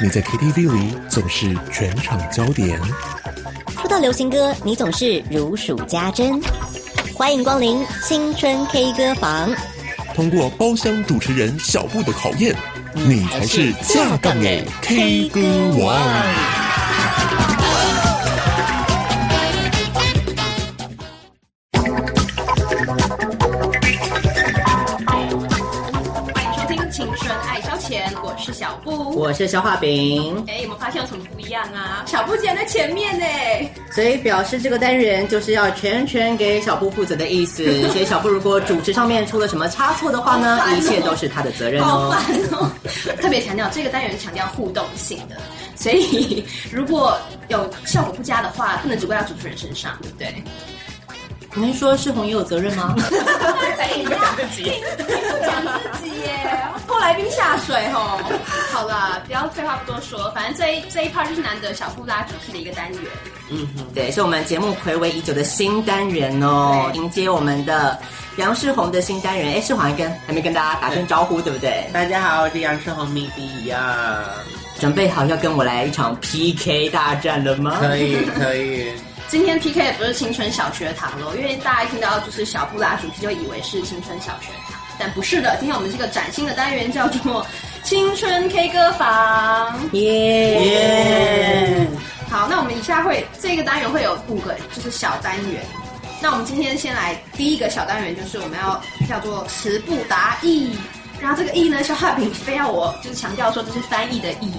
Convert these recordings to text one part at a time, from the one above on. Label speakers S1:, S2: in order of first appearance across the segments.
S1: 你在 KTV 里总是全场焦点，
S2: 说到流行歌，你总是如数家珍。欢迎光临新春 K 歌房，
S1: 通过包厢主持人小布的考验，你才是架杠哎 K 歌王。
S3: 欢迎收听《青春爱消遣》，我是小布。
S4: 我是小画饼，
S3: 哎，有没有发现有什么不一样啊？小布竟然在前面呢！
S4: 所以表示这个单元就是要全权给小布负责的意思。 所以小布如果主持上面出了什么差错的话呢
S3: 好，烦哦
S4: 一切都是他的责任
S3: 好
S4: 哦
S3: 烦。 哦！特别强调这个单元强调互动性的，所以如果有效果不佳的话，不能只怪到主持人身上，对不对？
S4: 您说世红也有责任吗？
S3: 哎，你不讲自己，你不讲自己耶，泼来宾下水哦。好了，不要废话不多说，反正这一这一 part 就是难得小布拉主题的一个单元。
S4: 嗯哼， 对，是我们节目暌违已久的新单元哦，
S3: 对
S4: 迎接我们的杨世红的新单元。哎，世红还跟还没跟大家打声招呼，对不对？
S5: 大家好，我是杨世宏迷弟呀。
S4: 准备好要跟我来一场 PK 大战了吗？
S5: 可 以可以，
S3: 今天 PK 也不是青春小学堂喽，因为大家一听到就是小布拉主题就以为是青春小学堂，但不是的。今天我们这个崭新的单元叫做青春 K 歌房。
S4: 耶耶！
S3: 好，那我们以下会这个单元会有五个就是小单元。那我们今天先来第一个小单元，就是我们要叫做词不达意。然后这个意呢，小画饼非要我就是强调说这是翻译的意，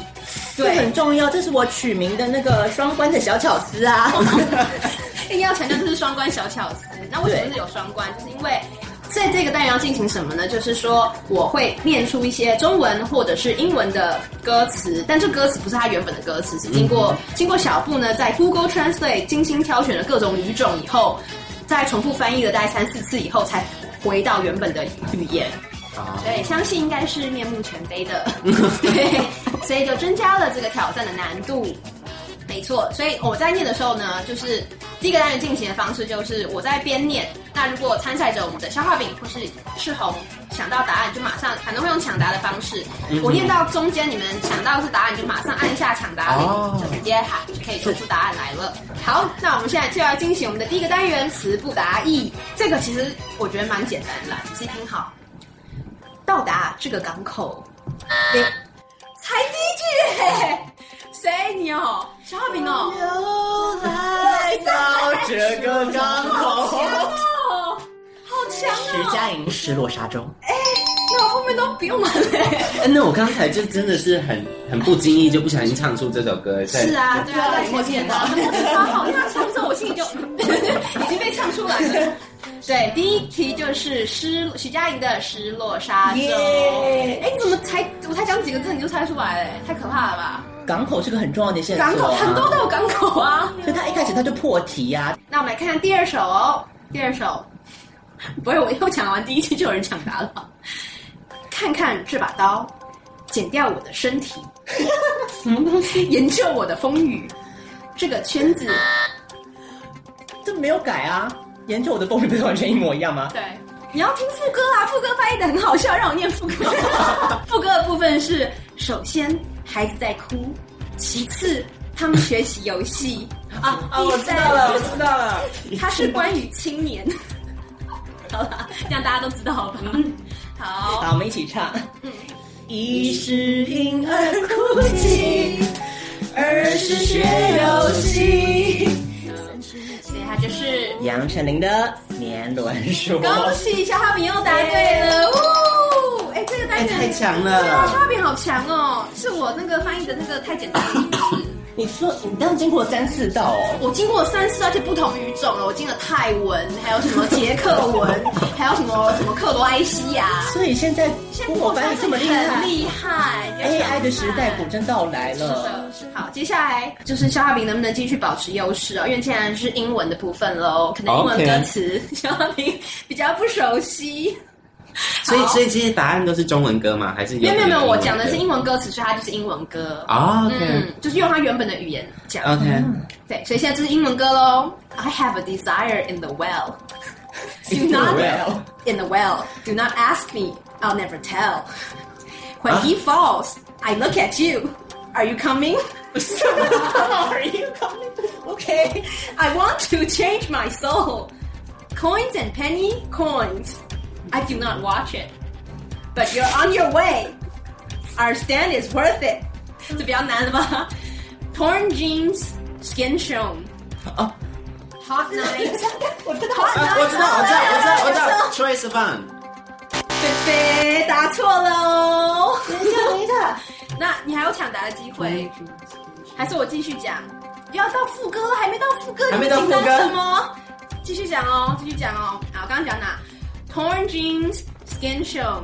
S4: 这
S3: 对
S4: 很，重要，这是我取名的那个双关的小巧思啊。
S3: 硬要强调这是双关小巧思。那为什么
S4: 对
S3: 是有双关？就是因为在这个单元要进行什么呢？就是说我会念出一些中文或者是英文的歌词，但这歌词不是它原本的歌词，是经过、经过小布呢在 Google Translate 精心挑选了各种语种以后，再重复翻译了大概三四次以后，才回到原本的语言。
S5: 哦
S3: 对，相信应该是面目全非的， 对，所以就增加了这个挑战的难度。没错，所以我在念的时候呢，就是第一个单元进行的方式就是我在边念。那如果参赛者我们的消化饼或是世红想到答案，就马上反正会用抢答的方式。我念到中间，你们想到的是答案，就马上按下抢答铃，
S5: 哦
S3: 就直接喊就可以说出答案来了。好，那我们现在就要进行我们的第一个单元词不达意。这个其实我觉得蛮简单的啦，仔细听好。到达这个港口，诶才第一句耶！谁你哦？小浩饼哦？
S4: 来到这个港口，
S3: 哦，好强
S4: 徐
S3: 哦！
S4: 佳莹失落沙洲。
S3: 哎那我后面都不用了嘞。
S5: 哎那我刚才就真的是很很不经意就不小心唱出这首歌，在
S3: 是啊，对啊，我见到， 他好像唱的时候，我心里就 已经被唱出来 了。对，第一题就是失徐佳莹的《失落沙洲》。
S4: 耶
S3: 哎，你怎么才我才讲几个字你就猜出来了？太可怕了吧！
S4: 港口是个很重要的线索、啊，
S3: 港口很多都有港口啊。
S4: 所以他一开始他就破题啊呀、
S3: 那我们来看看第二首哦，第二首， 不是我又抢完第一句就有人抢答了。看看这把刀，剪掉我的身 体，什么东西？研究我的风雨，这个圈子，
S4: 这没有改啊。研究我的风云不是完全一模一样吗？
S3: 对，你要听副歌啊，副歌翻译的很好笑，让我念副 歌。副歌的部分是：首先孩子在哭，其次他们学习游戏啊啊
S5: 我知道了，我知道了。
S3: 它是关于青年。 好啦，这样大家都知道了吧？
S4: 嗯
S3: 好，
S4: 好，我们一起唱。
S3: 嗯
S4: 一是婴儿哭泣，二是学游戏。
S3: 所以它就是
S4: 杨丞琳的《年轮说》。
S3: 恭喜小花饼又答对了，呜！哎，这个单
S5: 哎，
S3: 元
S5: 太强
S3: 对啊，小
S5: 了！
S3: 花饼好强哦！是我那个翻译的那个太简单了，
S4: 你说你当时经过三四道哦，
S3: 我经过三次，而且不同语种了，我经了泰文，还有什么捷克 文，还有什么什么克罗埃西亚。
S4: 所以现在
S3: 现在
S4: 中国翻译这么厉害
S3: 很厉害
S4: ，AI 的时代果真到来
S3: 是
S4: 了。
S3: 的，好，接下来就是肖化饼能不能继续保持优势哦？因为既然是英文的部分喽，可能英文
S5: OK
S3: 歌词肖化饼比较不熟悉。
S5: 所以
S3: 好
S5: 所以其实答案都是中文歌吗？还是
S3: 没有没有没有，我讲的是英
S5: 文
S3: 文歌词，所以它就是英文歌。
S5: 歌。哦，OK
S3: 嗯，就是用它原本的语言讲。
S5: OK，
S3: 对，所以现在这是英文歌喽。I have a desire in the well. Do not
S4: well.
S3: Ah. in the well. Do not ask me. I'll never tell. When he falls, I I look at you. Are you coming? Are you coming? Okay. I want to change my soul. Coins and penny coins. I do not watch it. But you're on your way. Our stand is worth it. 这比较难了吧？Torn jeans, skin shown. Oh. Hot night.
S5: 啊
S3: Hot night.
S5: 我知道，我知道，我知道，我知道，Trace Van，
S3: 菲菲答错了哦。
S2: 等一下，等一下，
S3: 那你还有抢答的机会，还是我继续讲？要到副歌了，还没到副歌，
S5: 还没到
S3: 你
S5: 副
S3: 们
S5: 歌
S3: 紧张什么？继续讲哦，继续讲哦。啊，我刚刚讲哪？Torn jeans, skin show,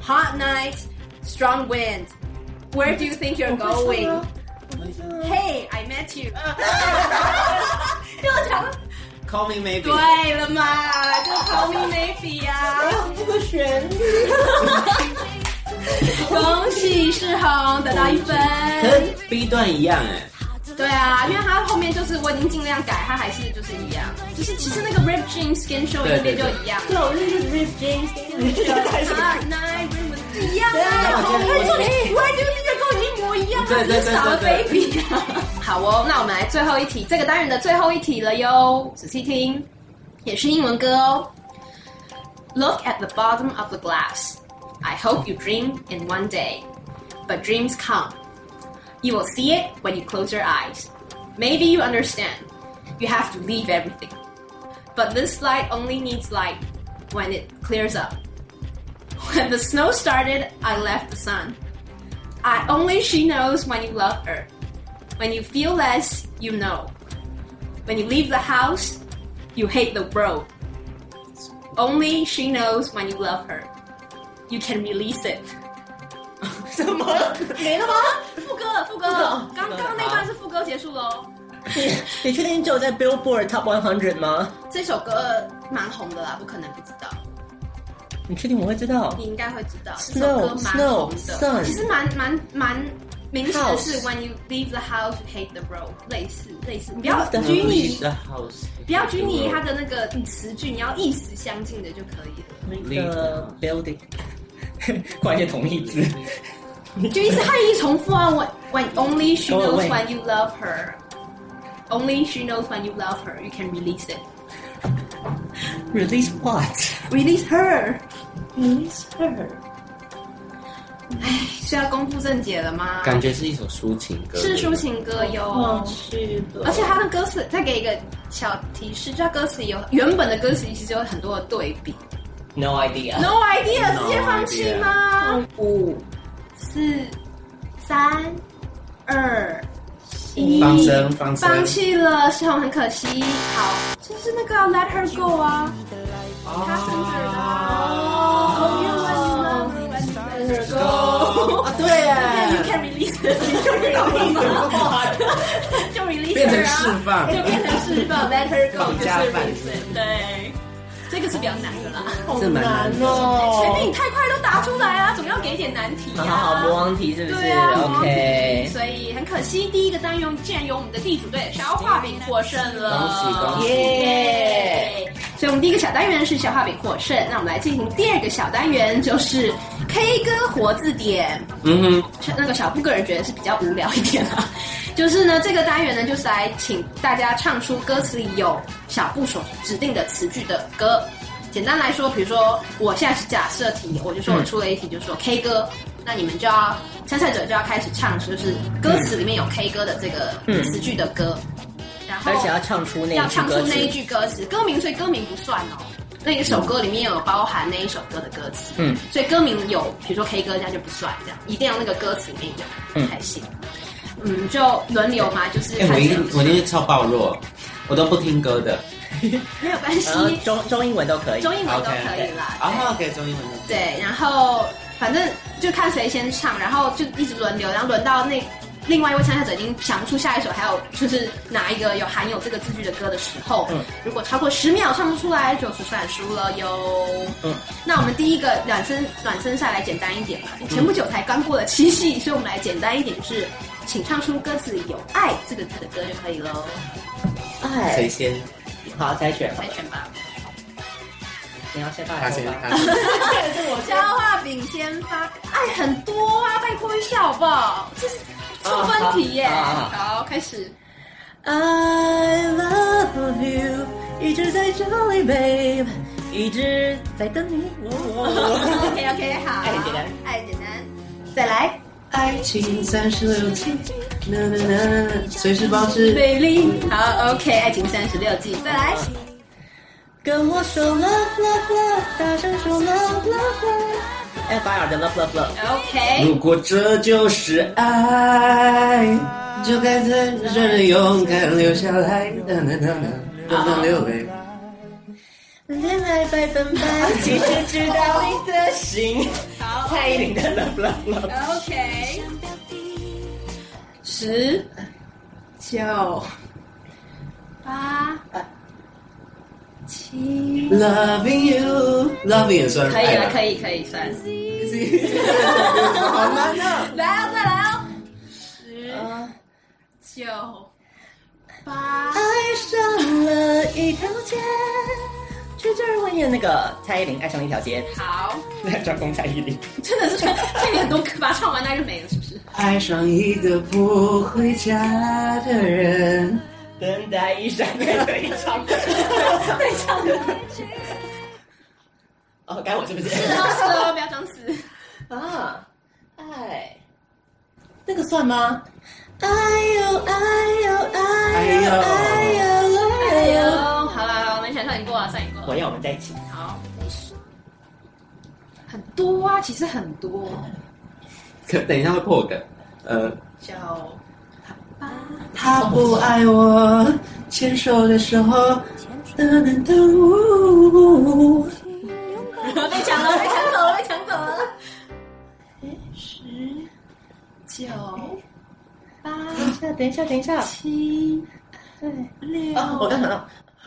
S3: hot night, strong wind. Where do you think you're
S2: 我会
S3: going?
S2: 唱啊
S3: Hey, I met you. 又讲
S5: Call Me Maybe，
S3: 对了嘛，就 Call Me Maybe 呀、
S5: 啊
S2: 还有这个旋律，
S3: 恭喜世宏得到一分。
S5: 可是 B 段一样哎，
S3: 对啊，因为他后面就是我已经尽量改，他还是就是一样，就是其实那个 Rip Jeans Skin Show
S5: 对
S3: 里面就一样。
S2: 对，我就是 Rip James，
S3: 啊，Nine Rip 一样
S5: 对
S3: 啊，
S5: 我觉得
S3: 而且你完全那个跟我一模一样，
S5: 对对对
S3: 只是少了
S5: 对
S3: baby 啊。好哦，那我们来最后一题，这个单元的最后一题了哟，仔细听，也是英文歌哦。Look at the bottom of the glass. I hope you dream in one day. But dreams come. You will see it when you close your eyes. Maybe you understand. You have to leave everything. But this light only needs light when it clears up. When the snow started, I left the sun. I only she knows when you love her. When you feel less, you know. When you leave the house, you hate the world. Only she knows when you love her. You can release it.
S2: 什么没了吗？
S3: 副歌，副歌，
S5: 副歌，
S3: 刚刚那段是副歌结束喽。
S2: 你确定只有在 Billboard Top 100吗？
S3: 这首歌蛮红的啦，不可能不知道，
S2: 你确定我会知道？
S3: 你应该会知道。
S2: Snow，
S3: 这首歌蛮红
S2: Snow，
S3: 的，
S2: Sun
S3: 其实蛮蛮蛮明显的是
S2: House
S3: ，When you leave the house, you hate the road，类似类似，你不
S2: Leave
S3: 要
S2: the
S3: 拘泥
S5: Leave the house，
S3: 不要拘泥于它的那个词句，你要意思相近的就可以了。
S2: 那个 Building，关键同义词。
S3: 就意思它一直重复啊，when when only she
S2: Go
S3: knows
S2: away.
S3: when you love her, only she knows when you love her, you can release it,
S2: Release what?
S3: release her。
S2: Release her.
S3: 是要公布正解了吗？
S5: 感觉是一首抒情歌，
S3: 是抒情歌
S2: 哦
S3: 哟。
S2: 去了
S3: 而且它的歌词，再给一个小提示，就它歌词有原本的歌词其实有很多的对比。
S2: No idea.
S3: No idea，
S5: No
S3: 直接放弃吗？五、四、三、二、一，
S5: 放生放生
S3: 放弃了，世宏很可惜。好，就是那个啊 Let Her Go 啊，他生日的啊。Oh, you must love me when you let her go.
S5: 啊，对哎
S3: You can release it. You can release it. 就 release
S5: 变成
S3: her 啊
S5: 释放
S3: 就变成释放。Let her go
S5: 绑
S3: 就是
S5: 架犯
S3: release it。对，这个是比较难的啦。
S5: 这蛮难的。
S3: 前
S2: 哦
S3: 面你太快都答出来啦，总要给一点难题
S2: 好
S3: 啊。
S2: 好好，魔王题是不是
S3: 对啊魔王题
S2: ？OK。
S3: 所以很可惜，第一个单元竟然由我们的地主队消化饼获胜了，
S5: 恭喜恭喜
S3: 耶！所以我们第一个小单元是消化饼获胜，那我们来进行第二个小单元，就是 K 歌活字典。
S5: 嗯哼，
S3: 那个小布个人觉得是比较无聊一点啦、 就是呢，这个单元呢，就是来请大家唱出歌词里有小布所指定的词句的歌。简单来说，比如说我现在是假设题，我就说我出了一题，就
S2: 嗯
S3: 说 K 歌，那你们就要参赛者就要开始唱，就是歌词里面有 K 歌的这个
S2: 嗯
S3: 词句的歌，然后
S2: 而且要唱出那
S3: 要
S2: 一句
S3: 唱出
S2: 歌
S3: 那一
S2: 词。
S3: 句歌词，歌名所以歌名不算哦。那一首歌里面有包含那一首歌的歌词，
S2: 嗯，
S3: 所以歌名有，比如说 K 歌这样就不算，这样一定要那个歌词里面有
S2: 嗯
S3: 才行。嗯，就轮流嘛，就是
S5: 哎，
S3: 看
S5: 我一
S3: 谁
S5: 定我一定是超暴弱，我都不听歌的。
S3: 没有关系
S2: 然，后呃中中英文啊都可以。
S3: 中英文都
S5: OK，
S3: 可以啦。
S5: 然后给中英文的。
S3: 对，然后反正就看谁先唱，然后就一直轮流，然后轮到那另外一位参赛者已经想不出下一首，还有就是哪一个有含有这个字句的歌的时候，
S2: 嗯
S3: 如果超过十秒唱不出来，就是算输了哟。
S2: 嗯
S3: 那我们第一个暖身暖身赛来简单一点吧，前不久才刚过了七夕，所以我们来简单一点，就是请唱出歌词里有“爱”这个字的歌就可以喽，
S5: 谁
S4: 哎
S2: 爱，
S5: 先？
S2: 好猜选好
S3: 猜
S2: 了，
S3: 选吧。
S2: 你要先发
S5: 他
S2: 还是
S5: 先
S2: 我，
S5: 他
S2: 发？
S5: 先。
S3: 消化饼先发，爱很多啊，拜托一下好不好？这是出分题耶。
S5: 啊啊啊
S3: 好，开 始。
S4: I love you，一直在这里，babe，一直在等你。
S2: 哦
S3: OK OK，好。
S4: 爱很简单，
S3: 爱很简单。再来，
S4: 爱情三十六计，呐呐呐，随时保持。
S3: 美丽。好，OK，爱情三十六计。再来，
S4: 跟我说 love love love，大声说 love love love。F I R 的 love love love，
S3: OK，
S5: 如果这就是爱，就该在这里勇敢留下来。等等等等等留呗。
S4: 恋爱百分百，其实知道你的心。
S3: 好
S4: 蔡依林的 love love love。
S3: ，OK，十、九、八、七，
S5: Loving you, loving 也算
S3: 可以啊了，可
S5: 以。
S3: 以，可以算。
S5: 好难啊！
S3: 来啊，再来哦！十、九、八，
S4: 爱上了一条街，去这儿问演那个蔡依林爱上了一条街，
S3: 好，
S4: 专攻蔡依林。
S3: 真的是这个很多歌，把它唱完那就没了，是不是？
S5: 爱上一个不回家的人，
S4: 等待一闪开的一场，
S3: 对，唱的。
S4: 哦，该我是不是？
S3: 不要死哦，不要装死。
S4: 啊，爱，那个算吗？哎呦哎呦哎
S5: 哎呦
S3: 哎
S4: 呦
S3: 呦，！好了，好了，没想到你过了，算你过
S4: 我
S3: 了。
S4: 要我们在一起。
S3: 好，很多啊，其实很多。
S5: 可等一下会破梗。呃，
S3: 九、
S5: 他不爱我，牵手的时候，噔噔噔，
S3: 被抢了，被抢走了，被抢走了。十、九、八、
S4: 等一下，等一下，等一下。
S3: 七、六。
S4: 啊，我刚想到，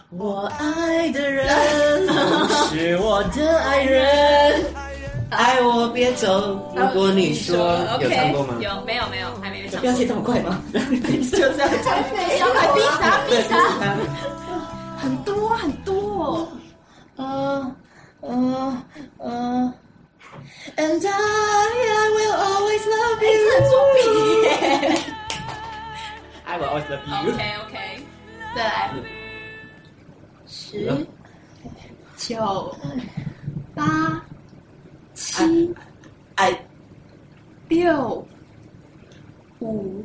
S4: 我爱的人是我的爱人。
S5: 爱我别走。如果你说有唱过吗？
S3: 有没有没有，还没有唱
S4: 不
S3: 过
S4: 要。写这么快吗？ 就这样唱。
S3: 小快逼死啊，逼死啊！很多很多，
S4: 呃呃呃，And I I will always love you。
S3: 很作弊耶。
S4: I will always love you。
S3: OK OK，再来十、九、八、七、
S5: 爱
S3: 六、五，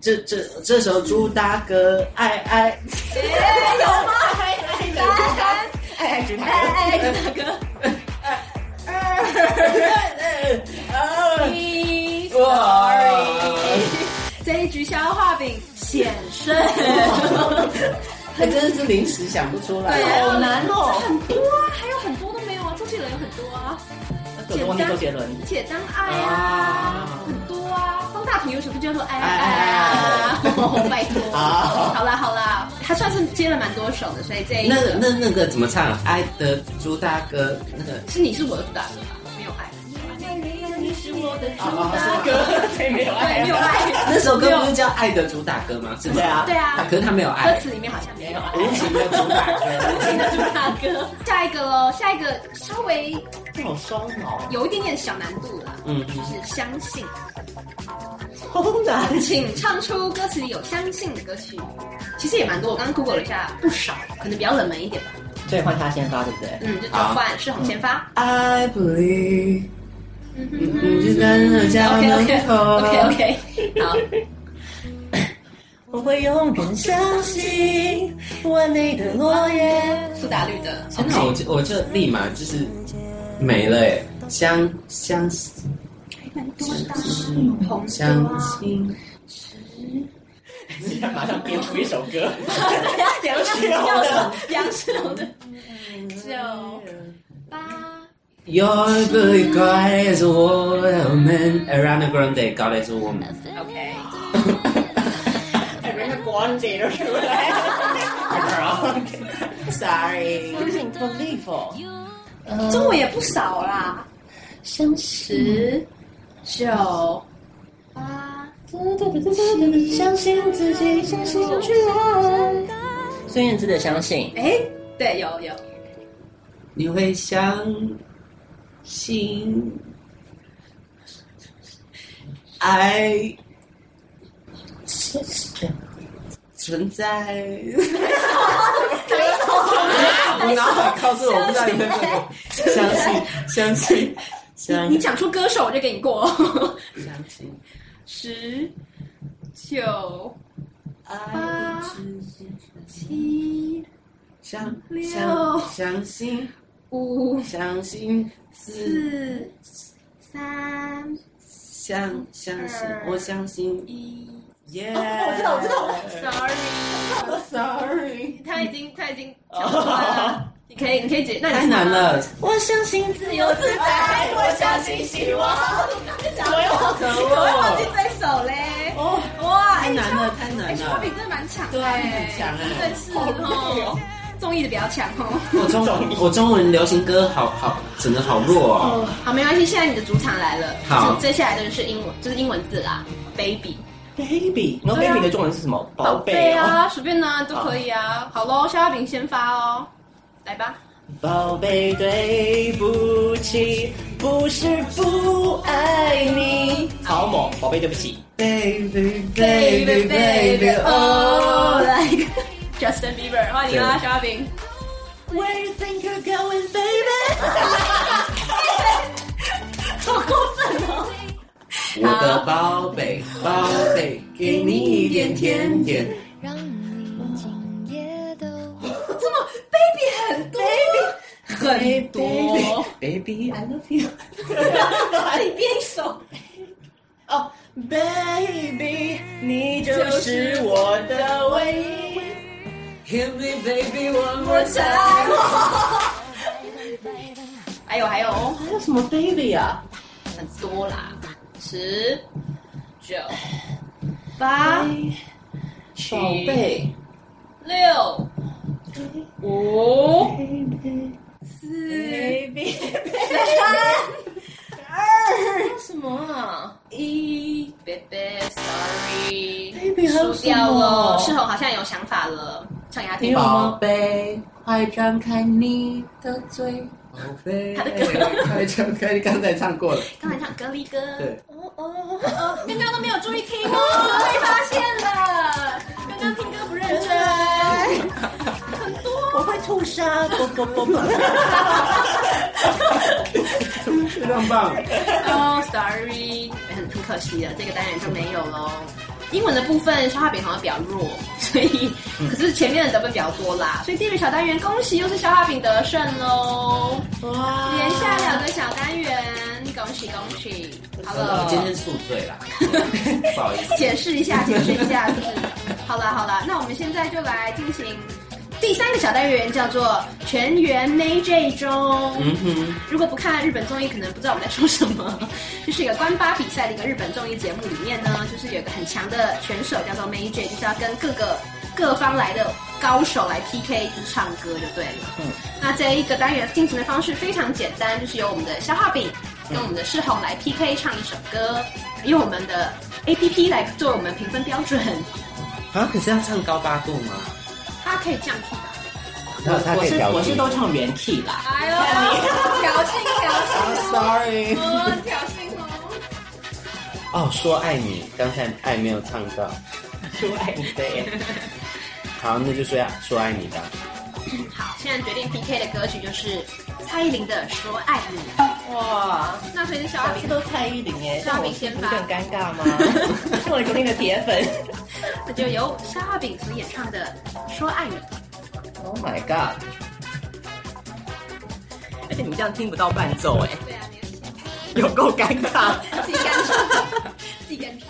S5: 这这这首主打歌，爱爱，
S3: 有吗？还还三，
S4: 爱爱之塔。
S3: 哎，大哥，二一，sorry，这一局消化饼险胜，
S5: 还真的是临时想不出来。
S3: 好
S4: 难哦
S3: 很多啊，还有很多都没有啊，周杰伦有很多啊。
S4: 我都忘记周杰伦。
S3: 且当爱啊，很多啊。方大同有首歌叫做《爱爱爱》啊，拜托。好啦好啦，他算是接了蛮多首的，所以这一
S5: 那那那个怎么唱？爱的主打歌，那个
S3: 是你是我的主打歌吧？没有爱，你是我的主打歌，
S4: 歌谁没有
S3: 对，没有爱。
S5: 那首歌不是叫《爱的主打歌》吗？是不是？
S4: 对啊
S3: 对啊
S5: 可是他没有
S3: 歌
S5: 爱，
S3: 词里面好像没有爱。
S5: 无情的主打歌。
S3: 真的主打歌，下一个喽，下一个稍微
S4: 这种双毛，
S3: 有一点点小难度啦，
S5: 嗯
S3: 就，是相信，
S4: 好 难。
S3: 请唱出歌词里有相信的歌曲。其实也蛮多，我刚刚 Google 了一下，不少，可能比较冷门一点吧。
S4: 所以换他先发，对不对？
S3: 嗯，就交换世宏先发。
S5: I believe，
S3: 嗯
S5: 你就在我家
S3: OK
S5: 门
S3: OK
S5: 口。
S3: OK OK，好，
S4: 我会永远相信完美的诺言。
S3: 苏打绿的，
S5: 真哦的，我就我就立马就是没了哎，相相
S3: 红色
S5: 相
S3: 啊，
S5: 信，
S4: 你马上编出一首歌，
S3: 杨世
S4: 杨世
S3: 的
S4: 荣，
S3: 杨世荣的九八，
S5: Your good God is a woman around the grande God is a woman。
S3: OK，
S4: 整个光姐都出来了。Sorry，不是 believe。
S3: 中文也不少啦，
S4: 相信，
S3: 十九八，
S4: 相信自己，相信去爱。孙燕姿的《相信
S3: 哎，对，有有，
S5: 你会相信爱是是存在。我脑海靠这，我不知道你会不会。相信，相信，相
S3: 你
S5: 信，
S3: 讲出歌手我就给你过哦，
S5: 相信。
S3: 十九
S5: 爱只是
S3: 一
S5: 相
S3: 六
S5: 相相信，
S3: 五
S5: 相信是
S3: 四三
S5: 相相信
S3: 二，
S5: 我相信。
S3: 一
S5: 耶！
S2: 我知道，我知道，我
S3: ，sorry，
S5: 道。Sorry，
S3: 他已经他已经讲出来了，你可以你可以解，那你
S5: 太难了。
S2: 我相信自由自在，我相信希望。
S3: 我又忘记，
S5: 可恶
S3: 我又忘记这首嘞。
S5: 哦，
S3: 哇，
S5: 太
S3: 哎
S5: 难了，太
S3: 哎，
S5: 难
S3: 小品
S5: 了。
S3: 真的蛮强的，
S5: 对啊你很强哎
S3: 真的是哦。综艺的比较强哦。
S5: 我中我中文流行歌好好，整的好弱哦。
S3: 好，没关系，现在你的主场来了，就
S5: 好
S3: 是接下来的就是英文，就是英文字啦，baby，
S4: Baby，然后
S3: 对啊
S4: Baby 的中文是什么？宝贝哦，
S3: 啊，随便呢都可以啊。好喽，肖亚平先发哦，来吧。
S4: 宝贝，对不起，不是不爱你。曹某，宝贝，对不起。
S5: Baby
S3: baby
S5: baby
S3: baby
S5: baby
S3: oh
S5: oh。
S3: like Justin Bieber，欢迎啊，小饼。
S2: Where you think you're going, baby？
S3: 哦
S5: 我的宝贝，宝贝，给你一点甜点。
S6: 让你今夜都
S3: 这么 baby 很多 很多，
S4: Baby，I love
S3: 你编一首。
S5: Oh,
S4: 哦、Baby，你就是我的唯一。
S5: Hit me baby one more
S3: 我
S5: time。
S3: 猜 还有还有
S4: 还有什么 Baby 啊？
S3: 很多啦，十九八
S4: 宝贝，
S3: 六五四三二什么啊一，baby sorry，
S4: Baby，还有
S3: 输掉
S4: 什
S3: 了，
S4: 么
S3: 世宏好像有想法了，唱给他听。
S5: 宝贝，快张开你的嘴。宝贝，快张开！刚才唱过了。
S3: 刚才唱格力哥，
S5: 对，
S3: 刚刚都没有注意听哦，被发现了。刚刚听歌不认真，
S2: 我会吐沙，啵啵啵啵。
S5: 非常棒。
S3: 哦、s o r r y 很很可惜的，这个单元就没有喽。英文的部分，消化饼好像比较弱，所以可是前面的得分比较多啦，所以地理小单元恭喜又是消化饼得胜喽，
S2: 哇
S3: 连下两个小单元，恭喜恭喜！好了，
S5: 今天宿醉 啦，不好意思。
S3: 解释一下，解释一下，就是好了好了，那我们现在就来进行第三个小单元，叫做全员 May J 中。
S5: 嗯哼，
S3: 如果不看日本综艺，可能不知道我们在说什么。 就是一个关八比赛的一个日本综艺节目里面呢，就是有一个很强的选手叫做 May J，就是要跟各个各方来的高手来 PK 就是唱歌就对了。嗯，那这一个单元进行的方式非常简单，就是由我们的消化饼跟我们的世宏来 PK 唱一首歌，用我们的 APP 来作为我们评分标准。
S5: 啊，可是要唱高八度吗？
S3: 它可以降 key 吧？
S4: 我
S5: 他
S4: 我
S5: 可以
S4: 是
S5: 调
S4: 我是
S5: 低
S4: 都唱原 key 啦。
S3: 哎呦，挑衅挑衅
S5: 啊 Sorry。
S3: 哦，挑衅哦。
S5: 哦，说爱你，刚才爱没有唱到。
S4: 说爱你的耶，
S5: 好，那就说呀，说爱你吧。
S3: 好，现在决定 PK 的歌曲就是蔡依林的《说爱你》。
S4: 哇，
S3: 那所以是小阿
S4: 每次
S3: 饼，
S4: 都蔡依林耶，
S3: 那
S4: 让
S3: 我
S4: 我
S3: 先
S4: 是
S3: 吧
S4: 不是很尴尬 吗？作为昨天的铁粉
S3: 那就由小阿饼所演唱的《说爱你》。
S4: ，Oh my god！而且你这样听不到伴奏哎，
S3: 对啊，你要
S4: 有够尴尬。
S3: 自己干唱，自己干唱。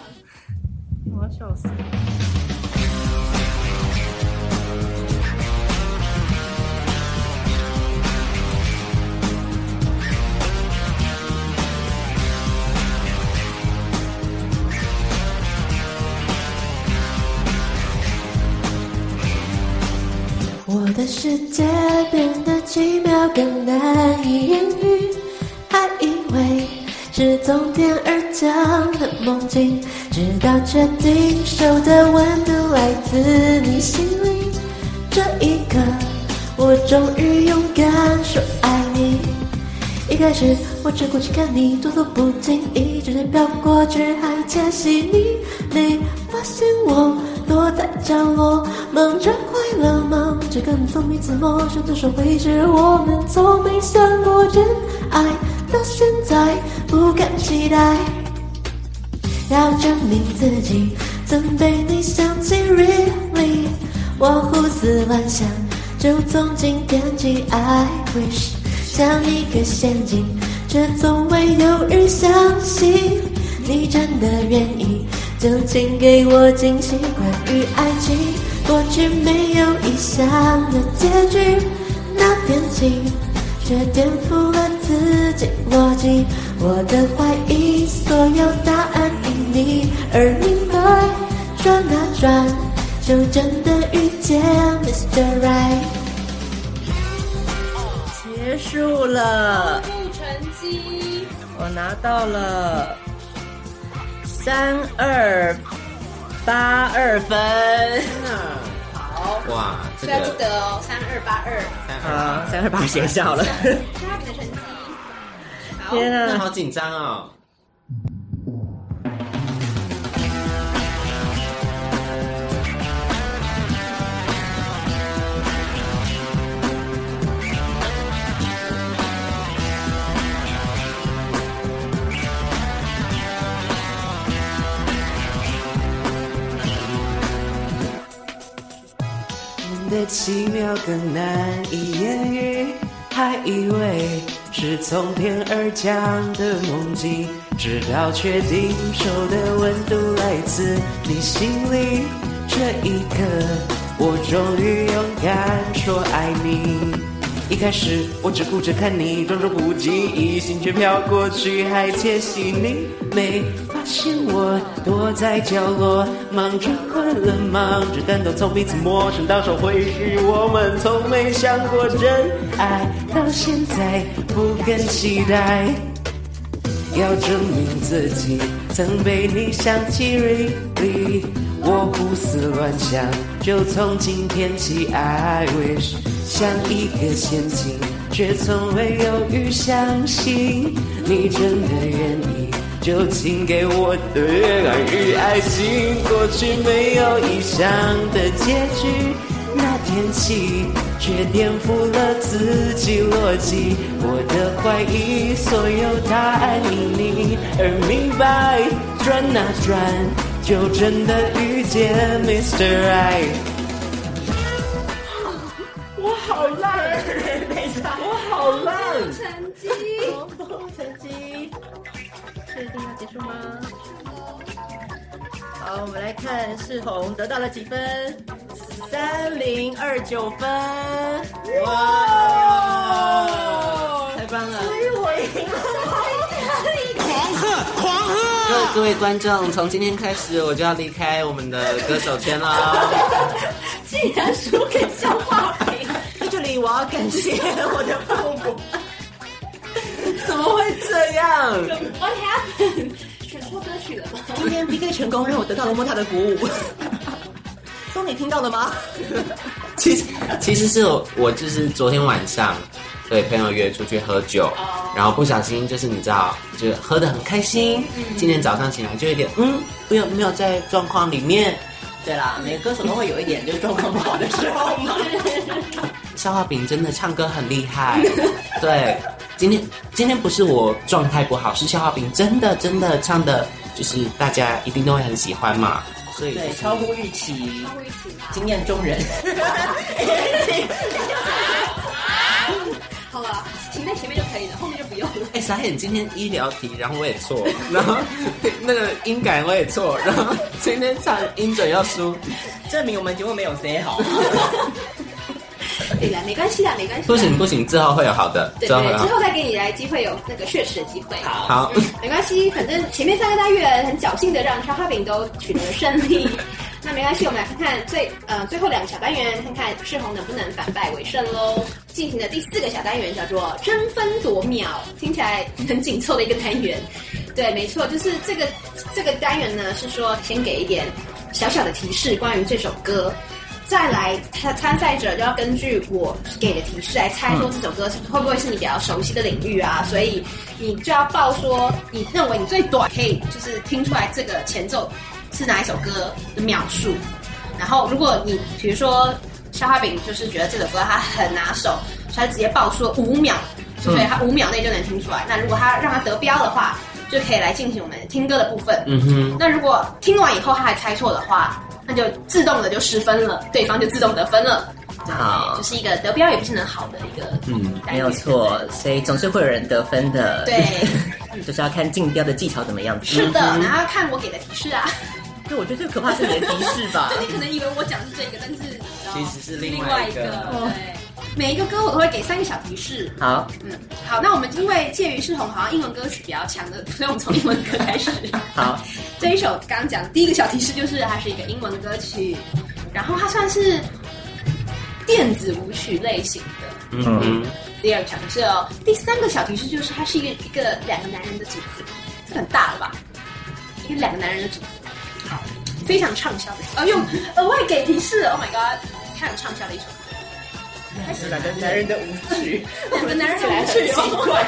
S6: 我的世界变得奇妙，更难以言喻。还以为是从天而降的梦境，直到确定手的温度来自你心里。这一刻，我终于勇敢说爱你。一开始我只顾去看你，多做不经意，直接飘过去，还窃喜你。没发现我躲在角落，忙着快乐，忙着跟踪彼此陌生的手挥着，我们从没想过真爱，到现在不敢期待。要证明自己曾被你想起，really，我胡思乱想，就从今天起，I wish 像一个陷阱，却从未有人相信你真的愿意，就请给我惊喜。关于爱情，过去没有意想的结局，那天起。却颠覆了自己逻辑。我的怀疑，所有答案因你而明白。转啊转，就真的遇见 Mr. Right。
S4: 结束了，
S3: 不成绩，
S4: 我拿到了三二八二分。
S2: 哇，这
S3: 大
S5: 啊
S3: 家记
S2: 个
S3: 得哦， 三二八二，
S2: 三
S4: 啊
S2: 二，
S4: 三二八写笑了，
S3: 大家的成绩。 好，
S4: 天
S2: 那
S4: 啊！
S2: 好紧张哦。
S5: 你的奇妙更难以言喻，还以为是从天而降的梦境，直到确定手的温度来自你心里。这一刻，我终于勇敢说爱你。一开始我只顾着看你，装作不经意，心却飘过去，还窃喜你没发现我躲在角落，忙着快乐，忙着感动，从彼此陌生到手回去，我们从没想过真爱，到现在不敢期待。要证明自己曾被你想起，really，我胡思乱想，就从今天起，I wish 像一个陷阱，却从未犹豫相信你真的愿意，就请给我的恋爱与爱情，过去没有意想的结局。那天起，却颠覆了自己逻辑。我的怀疑，所有答案因你而明白。转啊转，就真的遇见 Mr. Right。我好烂，我好烂。
S3: 成绩，
S4: 成绩，这一定要结束吗？好，我们来看世宏得到了几分？三零二九分，哇！
S2: 太棒了！
S5: 各
S2: 各位观众，从今天开始我就要离开我们的歌手圈喽。
S3: 竟然输给消化饼，
S4: 在这里我要感谢我的父母，怎么会这样？
S3: What happened？选啊错歌曲 了吗？
S4: 今天 PK 成功，让我得到了莫大的鼓 舞。松，你听到了吗？
S2: 其实其实是我我就是昨天晚上对朋友约出去喝酒，
S5: 哦
S2: 然后不小心就是你知道，就是喝得很开心。
S5: 嗯
S2: 今天早上醒来就有点嗯，不有没有在状况里面。
S5: 对啦，每个歌手都会有一点就是状 况不好的时候嘛。
S2: 消化饼真的唱歌很厉 害，对。今天今天不是我状态不好，是消化饼真的真的唱的，就是大家一定都会很喜欢嘛，所以
S5: 对，超乎预期，惊艳中人。
S3: 好了，停在前面就可以了，后面就不用了。
S2: 哎，傻眼，今天医疗题，然后我也错，然后那个音感我也错，然后今天唱音准又输，
S5: 证明我们节目没有谁好。
S3: 对啦，没关系啦，没关系啦。
S2: 不行不行，之后会有好的，
S3: 对
S2: 之后会有
S3: 对，
S2: 好
S3: 之后再给你来机会有那个血池的机会。
S5: 好
S2: 好，
S3: 没关系，反正前面三个单元很侥幸的让消化饼都取得了胜利。那没关系，我们来看看最呃最后两个小单元，看看世宏能不能反败为胜喽。进行的第四个小单元叫做“争分夺秒”，听起来很紧凑的一个单元。对，没错，就是这个这个单元呢，是说先给一点小小的提示关于这首歌，再来参参赛者就要根据我给的提示来猜说这首歌是、会不会是你比较熟悉的领域啊，所以你就要报说你认为你最短可以就是听出来这个前奏是哪一首歌的秒数。然后如果你比如说消化饼就是觉得这首歌它很拿手，所以他直接报说五秒，就所以他五秒内就能听出来。那如果他让他得标的话，就可以来进行我们听歌的部分。
S5: 嗯哼，
S3: 那如果听完以后他还猜错的话，那就自动的就失分了，对方就自动得分了。
S4: 好
S3: 这是一个得标也不是很好的一个
S5: 嗯
S3: 单元
S4: 没有。错，所以总是会有人得分的。
S3: 对，
S4: 就是要看竞标的技巧怎么样子。
S3: 是的，然后看我给的提示啊，
S4: 对，我觉得最可怕是你的提示吧
S3: 就。你可能以为我讲是这个，但是
S5: 其实是
S3: 另
S5: 另
S3: 外
S5: 外
S3: 一
S5: 一
S3: 个
S5: 个。
S3: 对，每一个歌我都会给三个小提示。
S4: 好，
S3: 嗯，好，那我们因为介于世宏好像英文歌曲比较强的，所以我们从英文歌开始。
S4: 好，
S3: 这一首刚刚讲的第一个小提示就是它是一个英文歌曲，然后它算是电子舞曲类型的。
S5: 嗯哼，
S3: 第二个小提示哦，第三个小提示就是它是一个一个两个男人的组合，这个很大了吧？一个两个男人的组合，好，非常畅销的，呃，用额外给提示，Oh my god，非常畅销的一首歌，
S4: 两个男人的舞曲，
S3: 两个 男人的舞曲，奇怪，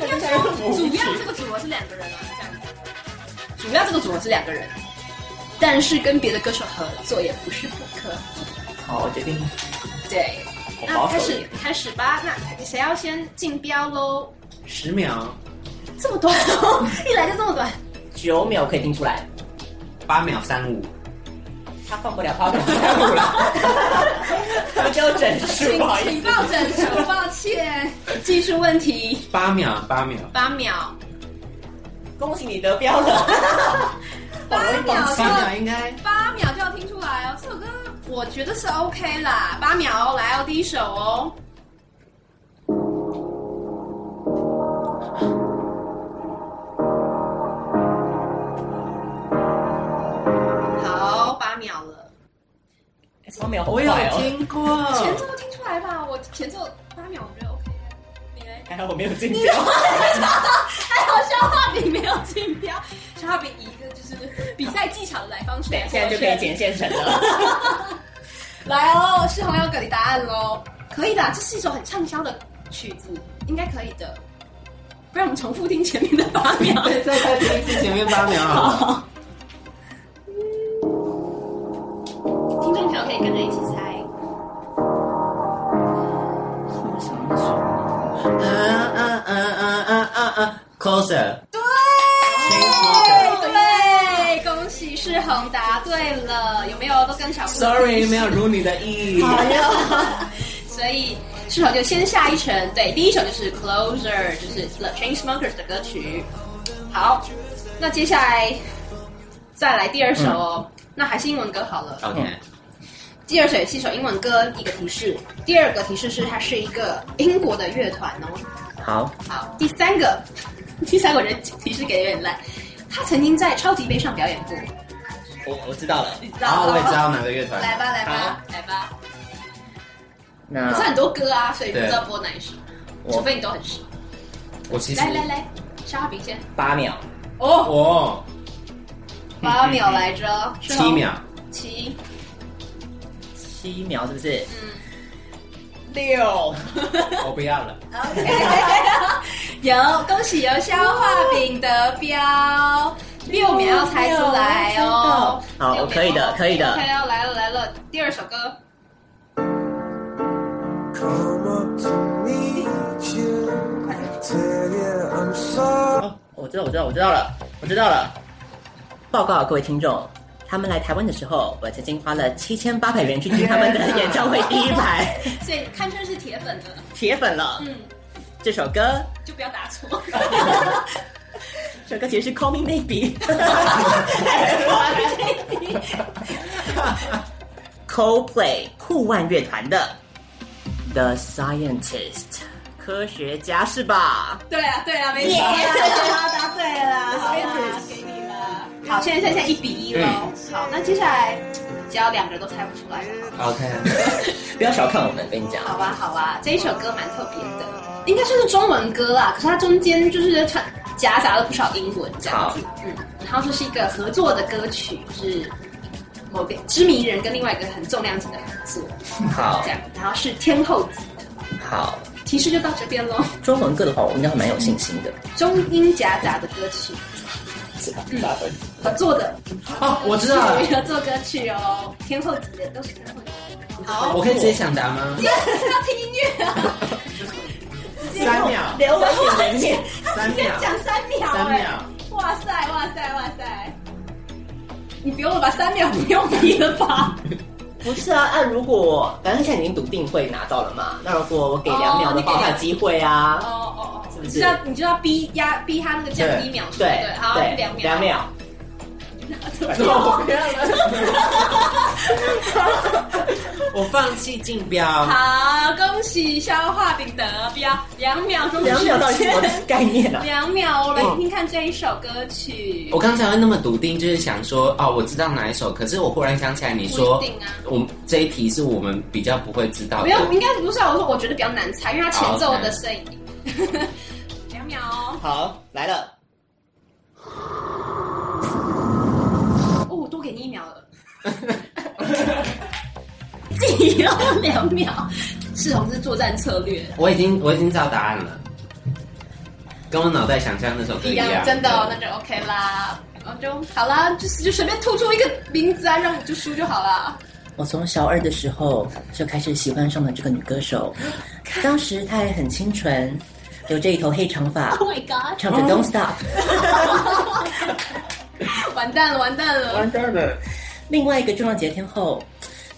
S3: 应该说主要这个组合是两个人啊，这样子，主要这个组合是两个人，但是跟别的歌手合作也不是不可，
S4: 好，我决定
S3: 对，那
S4: 保守
S3: 开
S4: 一
S3: 始
S4: 点
S3: 开始吧，那谁要先竞标喽？
S5: 十秒、
S3: 这么短， 一来就这么短。
S4: 九秒可以听出来，
S5: 八秒三五，
S4: 他放不了八秒三五了， 他标整数，不好
S3: 请
S4: 意思。
S3: 报整数，抱歉，技术问题，
S5: 八秒八秒，
S3: 八秒，
S4: 恭喜你得标了，
S3: 八秒就
S5: 八秒
S3: 要
S5: 应该
S3: 八秒就要听出来哦。这首歌我觉得是 OK 啦，八秒哦，来哦，第一首哦。好，八秒了，
S4: 八秒好
S6: 我有
S4: 快哦。
S6: 听过，
S3: 前奏都听出来吧？我前奏八秒，我觉得 OK 的。你嘞？
S4: 还好我没有竞标，
S3: 还好消化饼没有竞标，消化饼以一个就是比赛技巧的来方式来
S4: 现在就可以
S3: 解。
S4: 剪现成了。
S3: 来哦，世宏要给你答案喽，可以的，这是一首很畅销的曲子，应该可以的。不然我们重复听前面的八 秒。
S5: 再再听一次前面八秒好了。
S3: 听众朋友可以跟着一起猜。
S5: 啊啊啊啊啊啊啊！Closer，
S3: 对对，恭喜世宏答对了，有没有都跟小布
S5: Sorry，没有如你的意。
S3: 所以世宏就先下一城，对，第一首就是 Closer，就是 The Chainsmokers 的歌曲。好，那接下来再来第二首哦，
S5: 嗯
S3: 那还是英文歌好了。
S5: OK，
S3: 第二首也是一首英文歌，一个提示，第二个提示是它是一个英国的乐团哦。
S4: 好，
S3: 好，第三个， 第三个人提示给的有点烂，他曾经在超级杯上表演过，
S4: 我我知道了。
S3: 你知
S5: 然
S3: 道
S5: 后
S3: 吗
S5: 啊我也知。道哪个乐团。
S3: 来吧，来吧
S5: 好，
S3: 来吧！
S4: 那
S3: 可是很多歌啊，所以不
S5: 对
S3: 知道播哪一首，
S4: 我
S3: 除非你都很熟。
S5: 我其实
S3: 来来来，沙饼先。
S4: 八秒，
S3: 哦，
S5: 我
S3: 八秒来着，是吗
S5: 七秒，
S3: 七，
S4: 七秒是不是？
S3: 嗯，
S4: 六，
S5: 我不要了。
S3: 有恭喜由消化饼得标，六秒要猜出来哦。
S4: 好
S3: 六秒
S4: 可以的可以的
S3: OK，要来了来了，第二首歌。
S7: Come up to meet you, tell you I'm sorry.
S4: 哦，我知道，我知道，我知道了，我知道了。报告各位听众，他们来台湾的时候，我曾经花了七千八百元去听他们的演唱会第一排，
S3: 所以堪称是铁粉的，
S4: 铁粉了。
S3: 嗯，
S4: 这首歌，
S3: 就不要打 错。
S4: 这首歌其实是 Call Me Maybe。Coldplay 酷万乐团的 The Scientist，科学家是吧？
S3: 对啊，对啊，没错，答对了，好啦，给你了。好，现在剩下一比一喽。
S4: 嗯
S3: 好，那接下来只要两个人都猜不出来了，
S5: OK，
S4: 不要小看我们，跟你讲，
S3: 好吧，好吧，这一首歌蛮特别的，应该算是中文歌啦，可是它中间就是穿夹杂了不少英文这样子，嗯，然后这是一个合作的歌曲，就是某个知名艺人跟另外一个很重量级的合作，
S4: 好
S3: 这样，然后是天后级的
S4: 好，
S3: 其实就到这边喽。
S4: 中文歌的话，我应该还蛮有信心的。
S3: 中英夹杂的歌曲，合作的，
S5: 哦，我知道了，
S3: 合作歌曲哦，天后级的都是天后级的。好，
S5: 我可以直接抢答吗？
S3: 要听音乐啊！
S5: 三秒，
S4: 留我点名面，
S5: 三秒，
S3: 讲三秒、哎
S5: 三秒。
S3: 哇塞，哇塞，哇塞！你不用了吧？三秒不用比了吧？
S4: 不是啊，按如果反正现在已经笃定会拿到了嘛，那如果我给两秒的话，还有机会
S3: 哦
S4: 啊。
S3: 哦哦，
S4: 是不
S3: 你
S4: 是
S3: 就要你就要逼压逼他那个降低秒数，
S4: 对
S3: 对，好，
S4: 对，
S3: 两秒，
S4: 两秒。
S5: 我放弃竞标，
S3: 好，恭喜消化饼得标，两秒钟
S4: 两秒到底是什么概念啊？
S3: 两秒，我来听听看这一首歌曲。
S5: 我刚才会那么笃定，就是想说，哦，我知道哪一首，可是我忽然想起来，你说
S3: 不一定啊，
S5: 我们这一题是我们比较不会知道的。
S3: 没有，应该不是啊。我说我觉得比较难猜，因为它前奏
S4: 哦
S3: 的声音。 两秒哦，
S4: 好，来了，
S3: 哦，我多给你一秒了。 自己要两秒，志宏是作战策略，
S5: 我已经我已经知道答案了，跟我脑袋想象那首歌
S3: 一
S5: 一
S3: 样
S5: 样。
S3: 真的哦，那就 OK 啦。然后就好啦，就是就随便吐出一个名字啊，让你就输就好啦。
S4: 我从小二的时候就开始喜欢上了这个女歌手，当时她还很清纯，留着一头黑长发
S3: Oh，my god！
S4: 唱着 Don't Stop。
S3: 完蛋了，完蛋了。
S5: 蛋了。
S4: 另外一个重浪节天后，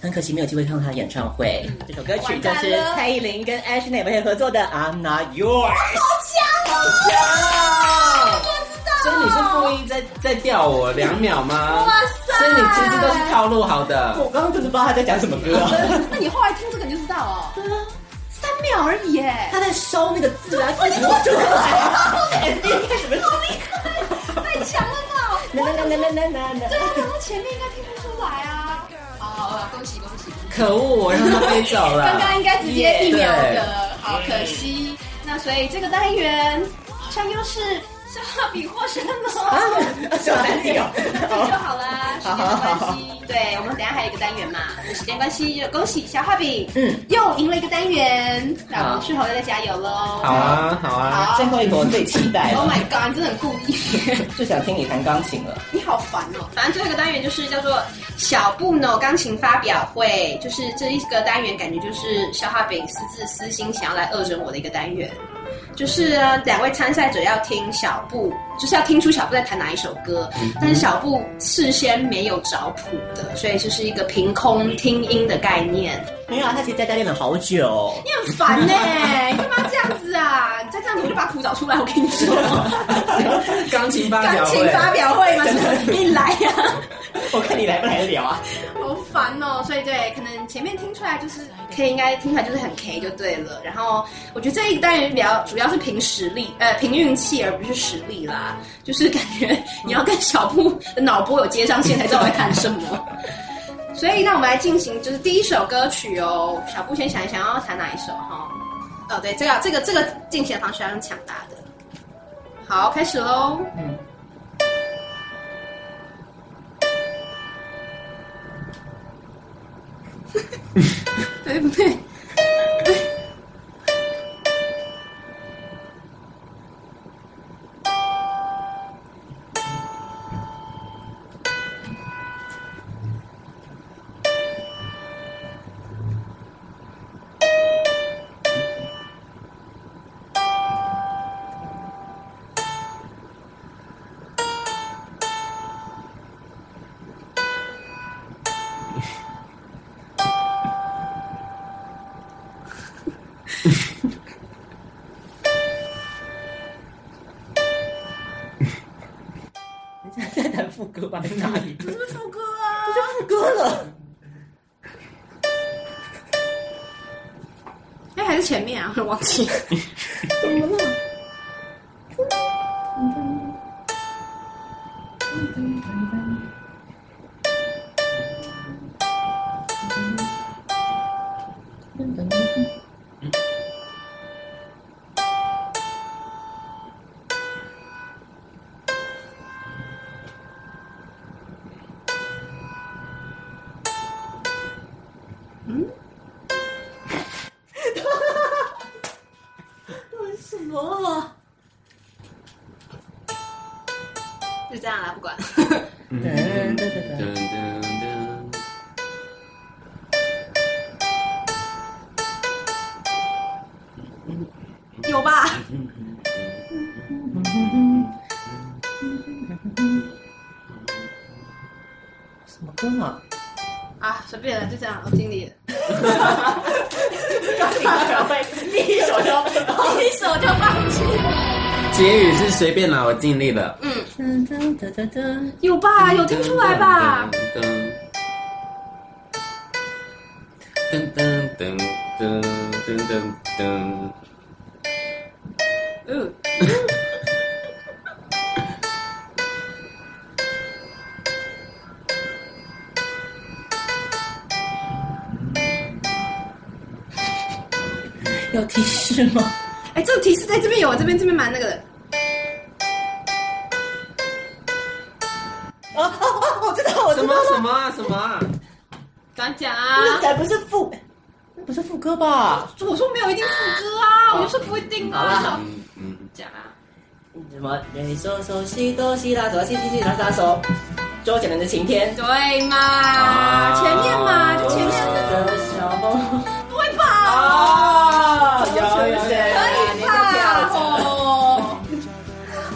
S4: 很可惜没有机会看到她的演唱会。
S3: 嗯
S4: 这首歌曲就是蔡依林跟 Ashley 配合作的《I'm Not Yours》。
S5: 所以你是故意在在吊我两秒吗？
S3: 哇塞
S5: 所以你其实都是套路好的。
S4: 我刚刚真的不知道她在讲什么歌、啊
S3: 那你后来听这个你就知道哦。对啊，三秒而已耶。哦
S4: 她在烧那个字啊，自己说出来。MV 开始不是
S3: 太强了吧！
S4: 啦啦啦啦啦啦
S3: 对啊，然后前面应该听不出来啊。好了，恭喜恭喜！
S5: 可恶，我让他飞走了。
S3: 刚
S4: 啊
S3: 刚应该直接一秒
S5: 对
S3: 的，好可惜。那所以这个单元好像又是消化比获胜
S4: 啊
S3: 了。
S4: 啦， 小啊男友。
S3: 这就好啦，时间关系。对，我们等一下还有一个单元嘛，时间关系就恭喜消化饼，
S4: 嗯，
S3: 又赢了一个单元，那我们是猴再加油喽。
S5: 好啊，好啊。
S3: 好
S4: 最后一个我最期待
S3: ，Oh
S4: 了，
S3: my god，你真的很故意。
S4: 就想听你弹钢琴了。
S3: 你好烦哦！反正最后一个单元就是叫做小布呢钢琴发表会，就是这一个单元，感觉就是小哈饼私自私心想要来恶整我的一个单元。就是啊，两位参赛者要听小布，就是要听出小布在弹哪一首歌，
S5: 嗯
S3: 但是小布事先没有找谱的，所以就是一个凭空听音的概念。
S4: 没有啊，他其实在家练了好久。
S3: 你很烦呢、 你干嘛这样子啊？你再这样子我就把谱找出来，我跟你说。
S5: 钢琴 发表
S3: 钢琴
S5: 会，
S3: 发表会 嘛，你来呀、
S4: 我看你来不来得了啊？
S3: 好烦哦，所以对，可能前面听出来就是可以，应该听出来就是很 K 就对了。然后我觉得这一单元比较主要是凭实力，呃，凭运气而不是实力啦，就是感觉你要跟小布的 脑波有接上线才知道我在谈什么。哦所以那我们来进行就是第一首歌曲哦，小布先想一想要弹哪一首哈、哦。对，这个这个这个进行的方式要用抢答的。好，开始喽。对不对？
S4: 你在弹副歌吧？在哪里？这是
S3: 副歌啊，
S4: 副歌了。
S3: 哎，还是前面啊，我忘记了。
S4: 噔噔噔噔
S5: 嗯噔噔噔。
S3: 有吧？
S4: 什么歌啊？
S3: 啊，随便了，就这样，我尽力了。
S4: 第一首就
S3: 一手就放弃，
S5: 结语是随便啦，我尽力了。
S4: 噔噔噔噔噔，
S3: 有吧？有听出来吧？
S5: 噔？噔噔噔噔噔噔噔。
S3: 嗯，
S4: 有提示吗？
S3: 哎，这个提示在这边有，这边这边蛮那个的。
S4: 哦哦哦，我知道，我
S5: 什
S4: 知
S5: 么
S4: 道了，
S5: 什么啊什么啊？
S3: 敢讲
S4: 不是
S3: 啊！
S4: 仔不是副，不是副歌吧？
S3: 我说没有一定副歌啊，我就说不一定啊。
S5: 嗯嗯，
S3: 讲啊，
S4: 什么？人手手西哆西拉哆西西西拉拉手，周杰伦的晴天。
S3: 对嘛？前面嘛，就前面那个，
S4: 小风
S3: 不会吧？
S4: 啊，有有有，
S3: 可以吧？哦，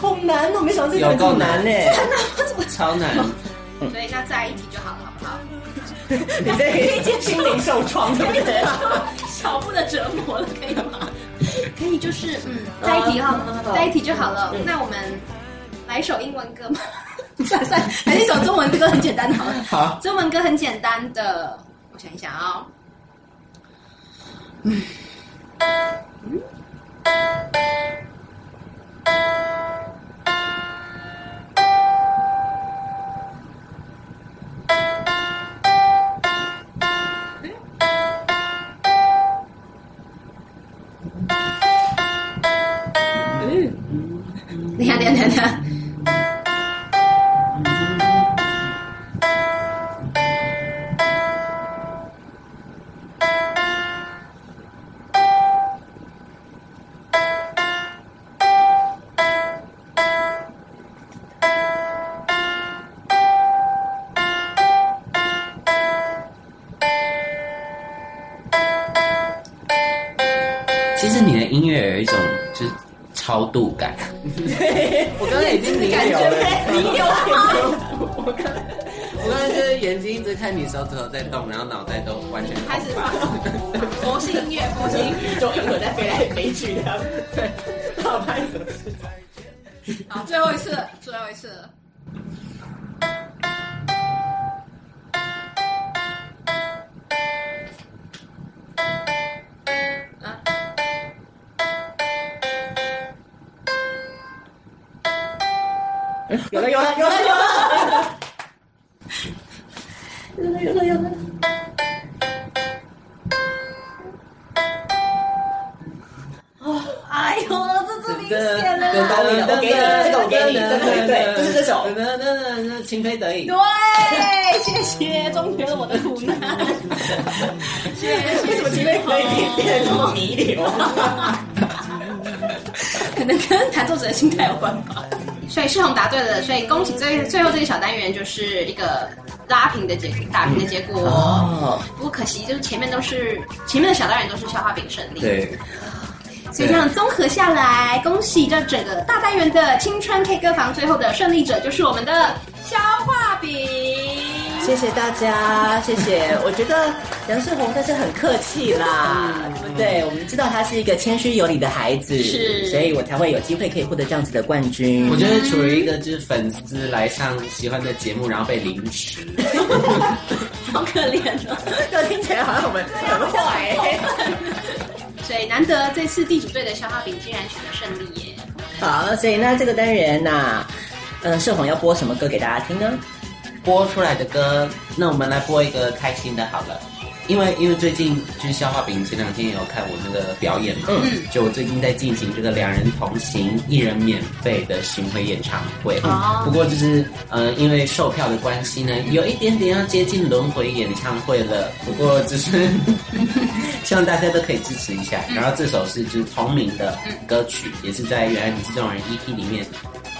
S4: 好难哦，没想到这个这么难欸呢。
S5: 超难。
S3: 所以那再一题就好了，好不好？
S4: 你这心灵受创，对不对？
S3: 小步的折磨了，可以吗？ 可以，就是嗯，再一题哈
S4: 嗯好，
S3: 再一题就好了。那我们来一首英文 歌吗？算算，还是一首中文歌，很简单 好了。
S5: 好，
S3: 中文歌很简单的，我想一想啊、哦。等一下，等一下，等一下。
S5: 其实你的音乐有一种就是超度感，
S6: 我刚才已经弥留了，弥留
S5: 我刚才就是眼睛一直看你手指头在动，然后脑袋都完全
S3: 开始放佛系音乐，佛 系音乐。
S4: 就一会在飞来飞去的，对，好拍手。
S3: 好，最后一次了，最后一次了。啊
S4: 有了有了有了有了，
S3: 哎呦，这这明显
S4: 噔
S3: 了，
S4: 噔
S5: 噔噔噔，情非得已。
S3: 对，谢谢，终结了我的苦难。谢谢，
S4: 为什么前面可以变得这么迷离哦？
S3: 可能跟弹奏者的心态有关吧。 所以世宏答对了，所以恭喜最最后这个小单元就是一个拉平的结打平的结果。
S4: 哦，
S3: 不过可惜就是前面都是前面的小单元都是消化饼胜利，，
S5: 对，
S3: 所以这样综合下来，恭喜这整个大单元的青春 K 歌房最后的胜利者就是我们的消化饼。
S4: 谢谢大家，谢谢。我觉得杨世宏算是很客气啦，对我们知道他是一个谦虚有礼的孩子，
S3: 是
S4: 所以我才会有机会可以获得这样子的冠军。
S5: 我觉得处于一个就是粉丝来上喜欢的节目，然后被凌迟。
S3: 好可怜哦。
S4: 这听起来好像我们很坏、
S3: 所以难得这次地主队的消化饼竟然取得胜利耶！
S4: 好，所以那这个单元呐、呃，盛宏要播什么歌给大家听呢？
S5: 播出来的歌，那我们来播一个开心的好了。因为因为最近就是消化饼前两天也有看我那个表演嘛，嗯，就我最近在进行这个两人同行一人免费的巡回演唱会，
S3: 哦
S5: 不过就是呃因为售票的关系呢，有一点点要接近轮回演唱会了，不过就是 希望大家都可以支持一下。然后这首是就是同名的歌曲，也是在《原来你是这种人》EP E 里面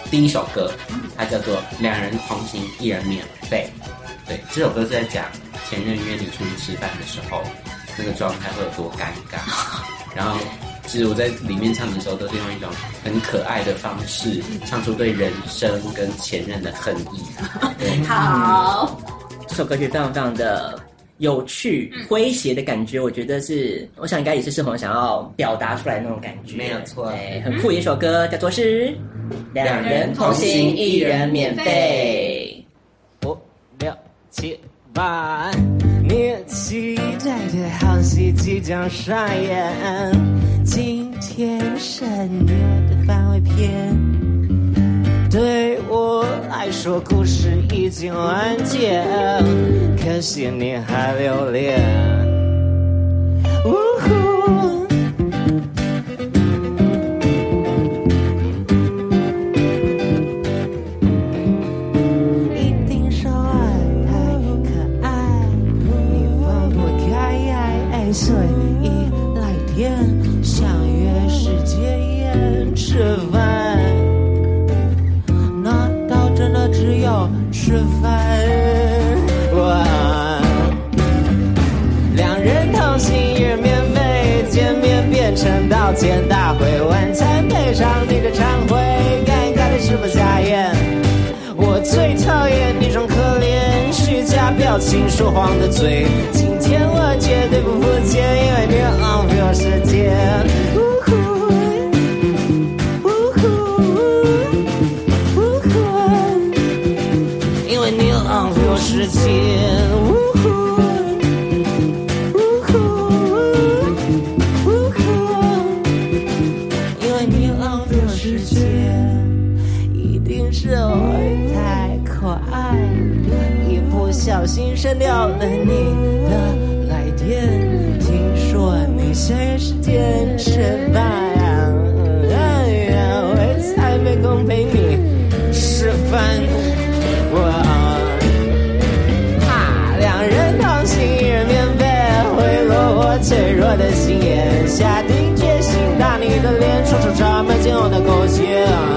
S5: 第一首歌，它叫做《两人同行一人免费》。对，这首歌是在讲前任约你出去吃饭的时候，那个状态会有多尴尬。然后，其实我在里面唱的时候，都是用一种很可爱的方式，唱出对人生跟前任的恨意。对，
S3: 嗯好，
S4: 这首歌曲非常非常的有趣、诙谐的感觉，我觉得是，我想应该也是世宏想要表达出来的那种感觉，
S5: 没有错
S4: 对，很酷的一首歌，叫做是《两人同行一人免费
S6: 我了解吧，你期待的好戏即将上演。今天是你的番外篇，对我来说故事已经完结，可惜你还留恋。呜呼一定说爱太可爱，你放不开，所以来电相约世界宴吃饭。难道真的只有吃饭？哇！两人同行一人免费，见面变成道歉大会，晚餐配上你的忏悔，尴尬的食不下咽。我最讨厌那种可怜、虚假表情、说谎的嘴。今天我绝对不付钱，因为你浪费我时间。呜呼，呜呼，呜呼，因为你浪费我时间。呜呼，呜呼，呜呼，因为你浪费我时间。一定是我太可爱，一不小心删掉了你的来电。听说你相约时间吃饭，我才没空陪你吃饭。我。啊，两人同行，一人免费，挥落我脆弱的心眼，下定决心打你的脸，说出咱们今后的苟且、啊。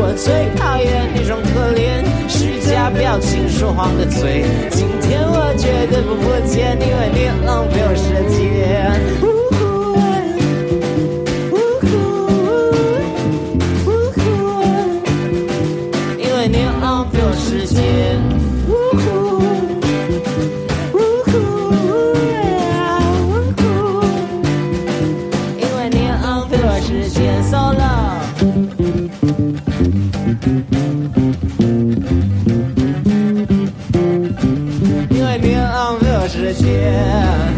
S6: 我最讨厌那种可怜、虚假表情、说谎的嘴。今天我绝对不破戒，因为你浪费我时间。呜呼呜呼呜呼因为你浪费我时间。呜呼。呜呼啊呜呼，因为你浪费我时间，solo。因为你浪费我时间。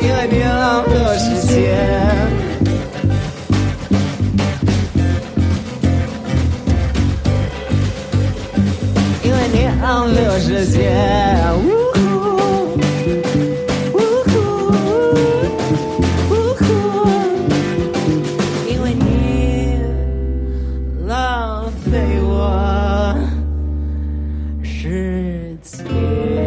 S6: 因为你浪费我时间。因为你浪费我时间。呜呼，呜呼，呜呼，因为你浪费我时间。哦